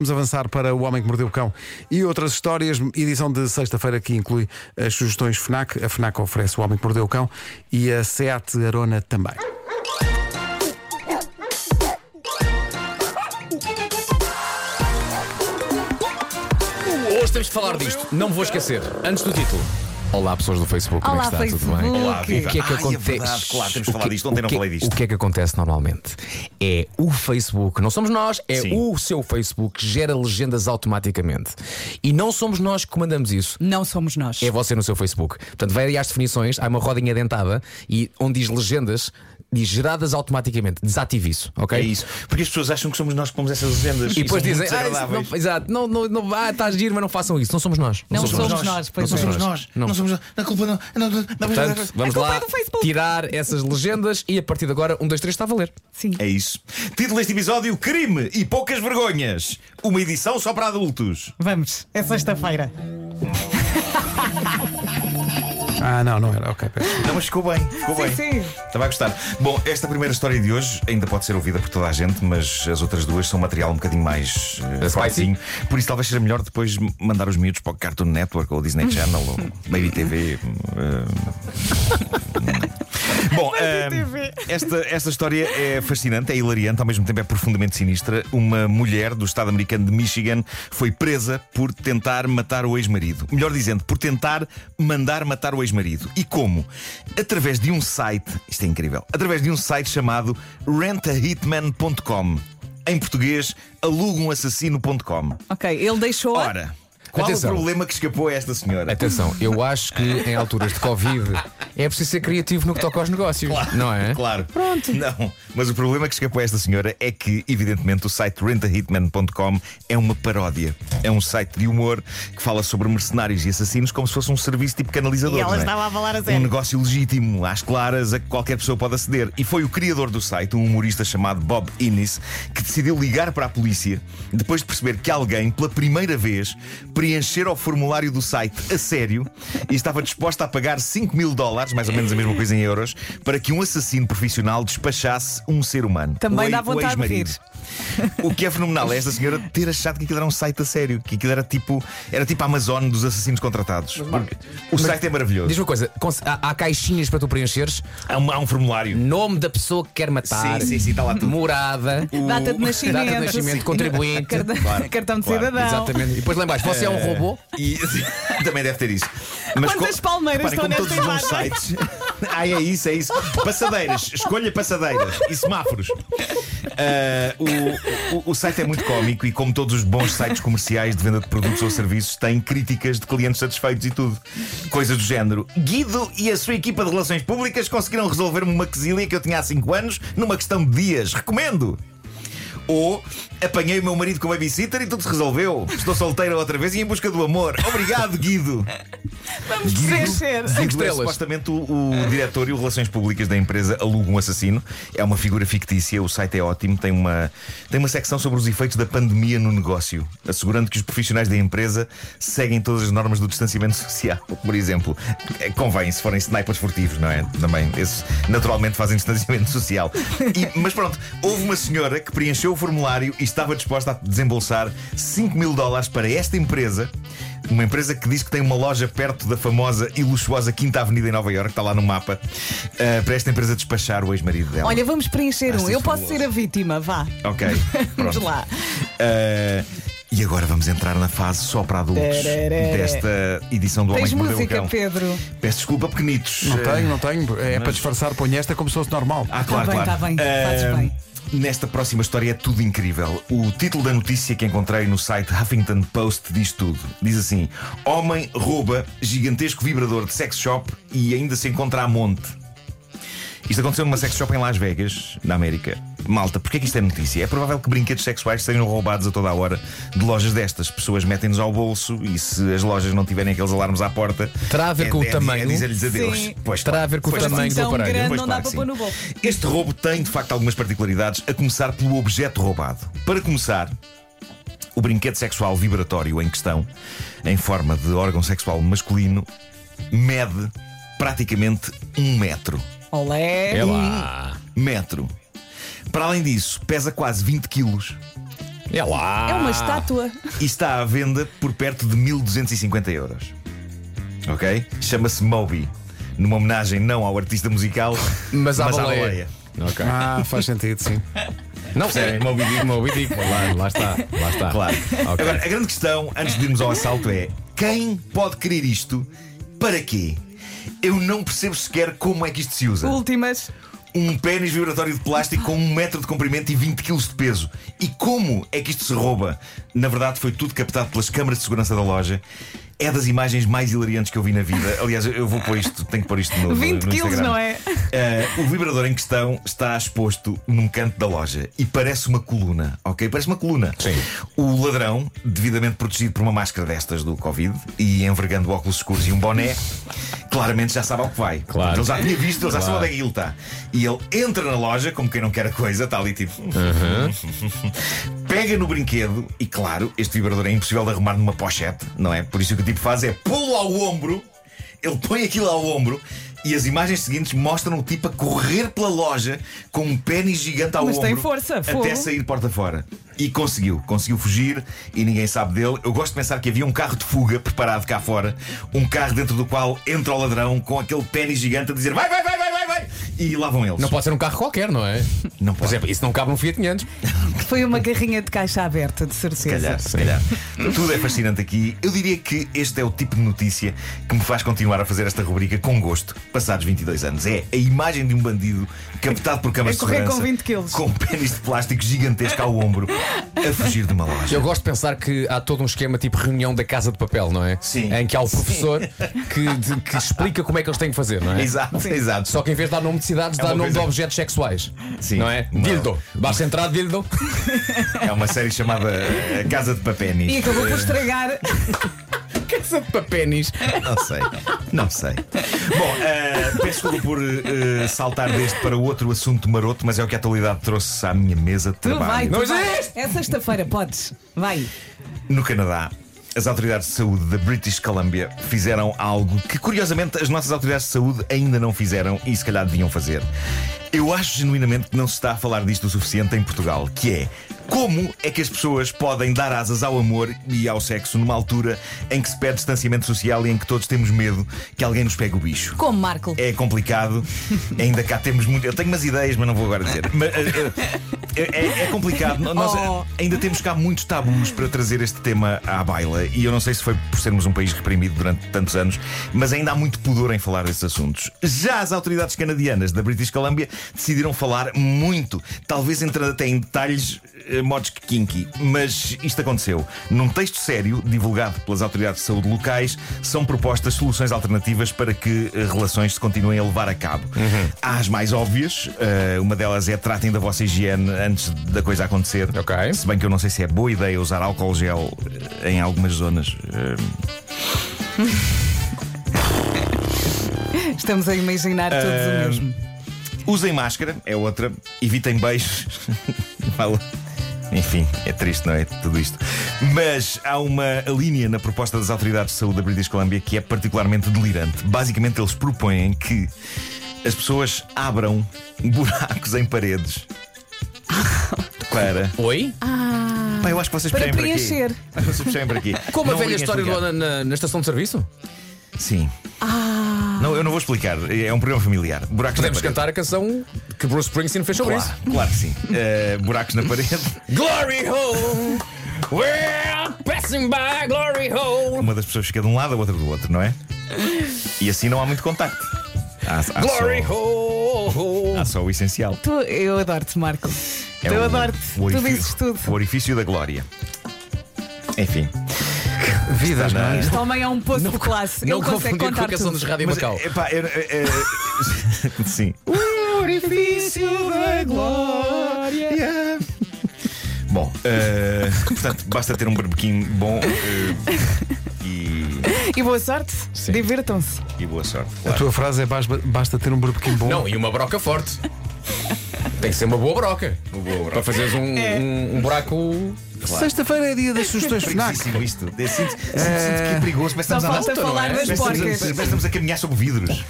Vamos avançar para O Homem que Mordeu o Cão e outras histórias, edição de sexta-feira que inclui as sugestões FNAC. A FNAC oferece O Homem que Mordeu o Cão e a SEAT Arona também. Hoje temos de falar disto, não me vou esquecer. Antes do título. Olá pessoas do Facebook, como é Olá, que está? Tudo bem? Facebook. Olá, viva. O que é que Ai, é acontece? verdade, claro, temos de O falar que- disto, ontem o não que- falei disto. O que é que acontece normalmente? É o Facebook, não somos nós, é Sim. o seu Facebook que gera legendas automaticamente. E não somos nós que comandamos isso. Não somos nós. É você no seu Facebook. Portanto, vai aí às definições, há uma rodinha dentada e onde diz legendas, diz geradas automaticamente. Desative isso, ok? É isso. Porque as pessoas acham que somos nós que pomos essas legendas. E depois são muito dizem, ah, isso desagradáveis. não, exato, não, não, não, ah, está giro, mas não façam isso. Não somos nós. Não somos nós, pois não é. somos nós, Não. não somos nós, na culpa não. não, não, não- Portanto, vamos culpa lá é do Facebook. tirar essas legendas e a partir de agora, um, dois, três está a valer. Sim. É isso. Título deste episódio: Crime e Poucas Vergonhas. Uma edição só para adultos. Vamos, é sexta-feira. Ah, não, não era. Ok, peço. Não, mas ficou bem, ficou bem. sim. Estava a gostar. Bom, esta primeira história de hoje ainda pode ser ouvida por toda a gente, mas as outras duas são material um bocadinho mais eh, Spicy. fortinho. Por isso talvez seja melhor depois mandar os miúdos para o Cartoon Network ou Disney Channel ou Baby hum, TV. eh. Bom, eh, esta, esta história é fascinante, é hilariante, ao mesmo tempo é profundamente sinistra. Uma mulher do estado americano de Michigan foi presa por tentar matar o ex-marido. Melhor dizendo, por tentar mandar matar o ex-marido. E como? Através de um site, isto é incrível, através de um site chamado rentahitman.com. Em português, alugumassassino.com. Ok, ele deixou. Ora, qual Atenção. o problema que escapou a esta senhora? Atenção, eu acho que em alturas de Covid é preciso ser criativo no que toca aos negócios, não é? Claro. Pronto. Não, mas o problema que escapou a esta senhora é que, evidentemente, o site rentahitman.com é uma paródia. É um site de humor que fala sobre mercenários e assassinos como se fosse um serviço tipo canalizador. E ela não é? estava a falar a sério. Um negócio legítimo, às claras, a que qualquer pessoa pode aceder. E foi o criador do site, um humorista chamado Bob Innes, que decidiu ligar para a polícia depois de perceber que alguém, pela primeira vez, preencheu o formulário do site a sério e estava disposta a pagar 5 mil dólares, mais ou menos a mesma coisa em euros, para que um assassino profissional despachasse um ser humano. Também O ex- dá vontade o ex-marido. de rir. O que é fenomenal é esta senhora ter achado que aquilo era um site a sério, que aquilo era tipo, era tipo a Amazon dos assassinos contratados. Porque o site é maravilhoso. Diz uma coisa, cons- há, há caixinhas para tu preencheres, Há um, há um formulário. nome da pessoa que quer matar, Sim, sim, sim, está lá tudo. morada, Data de nascimento. data de nascimento, sim. contribuinte. Carta- Claro, Cartão de claro, cidadão. Exatamente. E depois lá em baixo, você é um robô? E também deve ter isso. Mas Quantas co- palmeiras reparem, estão como nesta todos os bons sites. Ah, é isso, é isso. Passadeiras, escolha passadeiras e semáforos. Ah, o, o- o site é muito cómico e, como todos os bons sites comerciais de venda de produtos ou serviços, tem críticas de clientes satisfeitos e tudo. Coisas do género. Guido e a sua equipa de relações públicas conseguiram resolver-me uma quesilha que eu tinha há 5 anos numa questão de dias. Recomendo! Ou apanhei o meu marido com babysitter e tudo se resolveu. Estou solteira outra vez e em busca do amor. Obrigado, Guido. Vamos descer. Cinco Guido é estrelas. supostamente o, o diretor e o Relações Públicas da empresa aluga um assassino. É uma figura fictícia, o site é ótimo. Tem uma, tem uma secção sobre os efeitos da pandemia no negócio, assegurando que os profissionais da empresa seguem todas as normas do distanciamento social. Por exemplo, eh, convém se forem snipers furtivos, não é? Também, esses naturalmente fazem distanciamento social. E- mas pronto, houve uma senhora que preencheu o formulário e estava disposta a desembolsar 5 mil dólares para esta empresa. Uma empresa que diz que tem uma loja perto da famosa e luxuosa Quinta Avenida em Nova Iorque, está lá no mapa, eh, para esta empresa despachar o ex-marido dela. Olha, vamos preencher Acho um. Eu isso posso fabuloso. ser a vítima, vá. ok. Vamos pronto. lá. Eh, e agora vamos entrar na fase só para adultos Tereré. desta edição do Tens Homem que Mordeu o música, Cão. Pedro? Peço desculpa, pequenitos. Não Eh, tenho, não tenho. É para disfarçar, ponho esta como se fosse normal. Ah, claro, bem, claro. tá bem. Fazes Ahm, bem. Ehm, Nesta próxima história é tudo incrível. O título da notícia que encontrei no site Huffington Post diz tudo. Diz assim: Homem rouba gigantesco vibrador de sex shop e ainda se encontra a monte. Isto aconteceu numa sex shop em Las Vegas, na América. Malta, porquê que isto é notícia? É provável que brinquedos sexuais sejam roubados a toda a hora de lojas destas. Pessoas metem-nos ao bolso e se as lojas não tiverem aqueles alarmes à porta. Terá a ver é- com o é- É tamanho? dizer-lhes adeus. Sim. Pois, Terá a ver com o pois, tamanho assim do tão aparelho. grande, Pois não claro dá para que pôr sim. no bolso. Este roubo tem, de facto, algumas particularidades, a começar pelo objeto roubado. Para começar, o brinquedo sexual vibratório em questão, em forma de órgão sexual masculino, mede praticamente um metro. Olé. É lá. Metro. Para além disso, pesa quase 20 quilos. É lá. É uma estátua. e está à venda por perto de 1250 euros. Ok? Chama-se Moby. Numa homenagem não ao artista musical, Mas à mas baleia. Ok. Ah, faz sentido, sim. Não Percebem? percebem? Moby Dick, Moby Dick. Lá, lá está, lá está. Claro. Ok. Agora, a grande questão, antes de irmos ao assalto, é quem pode querer isto? Para quê? Eu não percebo sequer como é que isto se usa. Últimas. Um pênis vibratório de plástico com um metro de comprimento e 20 kg de peso. E como é que isto se rouba? Na verdade, foi tudo captado pelas câmaras de segurança da loja. É das imagens mais hilariantes que eu vi na vida. Aliás, eu vou pôr isto, tenho que pôr isto no. no- 20 no quilos, Instagram. não é? Eh, o vibrador em questão está exposto num canto da loja e parece uma coluna, ok? Parece uma coluna. Sim. O ladrão, devidamente protegido por uma máscara destas do Covid e envergando óculos escuros e um boné, claramente já sabe ao que vai. Claro. Ele já tinha visto, ele já sabe onde é que ele está. E ele entra na loja, como quem não quer a coisa, está ali tipo. Pega no brinquedo e, claro, este vibrador é impossível de arrumar numa pochete, não é? Por isso o que o tipo faz é pô-lo ao ombro, ele põe aquilo ao ombro e as imagens seguintes mostram o tipo a correr pela loja com um pênis gigante ao Mas ombro tem força, fogo. até sair porta fora. E conseguiu, conseguiu fugir e ninguém sabe dele. Eu gosto de pensar que havia um carro de fuga preparado cá fora, um carro dentro do qual entra o ladrão com aquele pênis gigante a dizer vai, vai, vai, vai, vai, vai, e lá vão eles. Não pode ser um carro qualquer, não é? Não Por pode. exemplo, isso não cabe num Fiat 500. Foi uma garrinha de caixa aberta, de Se certeza. calhar, se calhar. Tudo é fascinante aqui. Eu diria que este é o tipo de notícia que me faz continuar a fazer esta rubrica com gosto, passados 22 anos. É a imagem de um bandido captado por câmaras A de É correr segurança com 20 quilos. com um pênis de plástico gigantesco ao ombro a fugir de uma loja. Eu gosto de pensar que há todo um esquema tipo reunião da casa de papel, não é? Sim. Em que há o professor que, de- que explica como é que eles têm que fazer, não é? Exato, exato. Só que em vez de dar nome de cidades, É dá uma nome coisa- de objetos sexuais. Sim. Não é? Não. Dildo. Basta entrar dildo. É uma série chamada eh, Casa de Papénis. E acabou por Eh, estragar. Casa de papénis. Não sei, não sei. Bom, eh, peço desculpa por eh, saltar deste para outro assunto maroto, mas é o que a atualidade trouxe à minha mesa de Tu vai, trabalho. tu Não vai. existe! É sexta-feira, podes. Vai. No Canadá, as autoridades de saúde da British Columbia fizeram algo que, curiosamente, as nossas autoridades de saúde ainda não fizeram e se calhar deviam fazer. Eu acho genuinamente que não se está a falar disto o suficiente em Portugal, que é como é que as pessoas podem dar asas ao amor e ao sexo numa altura em que se pede distanciamento social e em que todos temos medo que alguém nos pegue o bicho. Como, Marco? É complicado. Ainda cá temos muito. Eu tenho umas ideias, mas não vou agora dizer. Mas, eh, eh, é, é complicado. No- Nós Oh. eh, ainda temos cá muitos tabus para trazer este tema à baila. E eu não sei se foi por sermos um país reprimido durante tantos anos, mas ainda há muito pudor em falar desses assuntos. Já as autoridades canadianas da British Columbia decidiram falar muito, talvez entrando até em detalhes eh, modos que kinky, mas isto aconteceu. Num texto sério, divulgado pelas autoridades de saúde locais, são propostas soluções alternativas para que eh, relações se continuem a levar a cabo. Há as mais óbvias, eh, uma delas é tratem da vossa higiene antes da coisa acontecer. Ok. Se bem que eu não sei se é boa ideia usar álcool gel eh, em algumas zonas. eh, Estamos a imaginar todos Ah, o mesmo. eh, Usem máscara, é outra. Evitem beijos. Fala. Enfim, é triste, não é? Tudo isto. Mas há uma linha na proposta das autoridades de saúde da British Columbia que é particularmente delirante. Basicamente, eles propõem que as pessoas abram buracos em paredes para. Oi? Pá, eu acho que vocês Para percebem para aqui. preencher. Acho que vocês percebem para aqui. Como a Não velha liguem história do explicar. Ana na, na estação de serviço? Sim. Ah. Não, eu não vou explicar. É um programa familiar. Buracos Podemos na parede. cantar a canção que Bruce Springsteen fez sobre isso. Claro, claro que sim. Eh, buracos na parede. Glory Hole! We're passing by Glory Hole! Uma das pessoas fica de um lado, a outra do outro, não é? E assim não há muito contacto. Há, há Glory só, Hole! há só o essencial. É Tu, eu adoro-te, Marco. eu É um o- adoro-te. o Tu orifício- dizes tudo. O orifício da glória. Enfim. Ah, Vidas, não é? Este homem é um poço de classe. Não Ele confundir consegue com contar a canção tudo. dos Rádio Mas, Macau. epá, eu- eu- eu- sim. Orifício da glória! Bom, eh, portanto, basta ter um barbequim bom eh, e, E boa sorte. Divirtam-se. e boa sorte. A Claro. tua frase é "Bas- basta ter um burbequim bom. Não, e uma broca forte. Tem que ser uma boa broca. Uma boa broca. Para fazeres um, um- um buraco. Sexta-feira é dia das sugestões FNAC. Perigosíssimo isto. Eu Sinto, sinto- sinto que é perigoso, mas Eh, Só estamos, a, falta andar- falar das mas estamos, a, porcas. mas estamos a caminhar sobre vidros.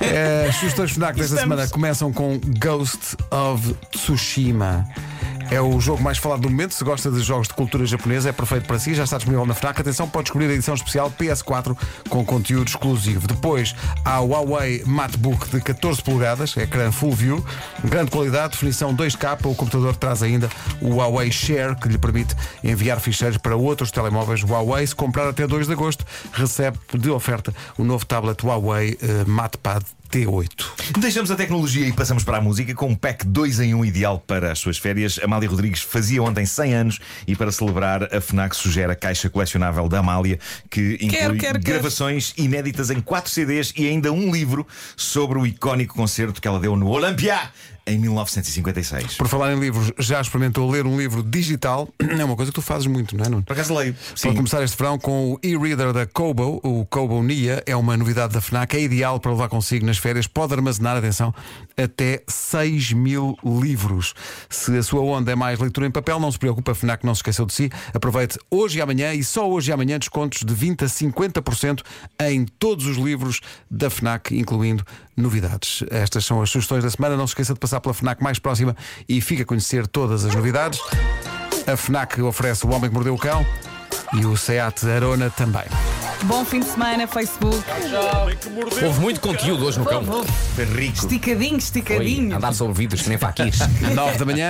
Eh, As sugestões FNAC desta semana começam com Ghost of Tsushima. É o jogo mais falado do momento. Se gosta de jogos de cultura japonesa, é perfeito para si. Já está disponível na FNAC. Atenção, pode descobrir a edição especial PS4 com conteúdo exclusivo. Depois há o Huawei MateBook de 14 polegadas, ecrã Full View, grande qualidade, definição 2K. O computador traz ainda o Huawei Share, que lhe permite enviar ficheiros para outros telemóveis Huawei. Se comprar até 2 de agosto, recebe de oferta o novo tablet Huawei eh, MatePad T8. Deixamos a tecnologia e passamos para a música com um pack 2 em 1 um ideal para as suas férias. Amália Rodrigues fazia ontem 100 anos e para celebrar a FNAC sugere a caixa colecionável da Amália que inclui Quero, quero, quero. gravações inéditas em 4 CDs e ainda um livro sobre o icónico concerto que ela deu no Olympia em 1956. Por falar em livros, já experimentou ler um livro digital? É uma coisa que tu fazes muito, não é, Nuno? Por acaso leio. Para Sim. começar este verão com o e-reader da Kobo, o Kobo Nia, é uma novidade da FNAC, é ideal para levar consigo nas férias, pode armazenar, atenção, até 6 mil livros. Se a sua onda é mais leitura em papel, não se preocupe, a FNAC não se esqueceu de si. Aproveite hoje e amanhã e só hoje e amanhã descontos de 20% a 50% em todos os livros da FNAC, incluindo novidades. Estas são as sugestões da semana, não se esqueça de passar pela FNAC mais próxima e fica a conhecer todas as novidades. A FNAC oferece o Homem que Mordeu o Cão e o SEAT Arona também. Bom fim de semana, Facebook. Houve muito conteúdo hoje no campo. Foi um rico. Esticadinho, Foi esticadinho. andar sobre vidros, que nem faquis. 9 da manhã.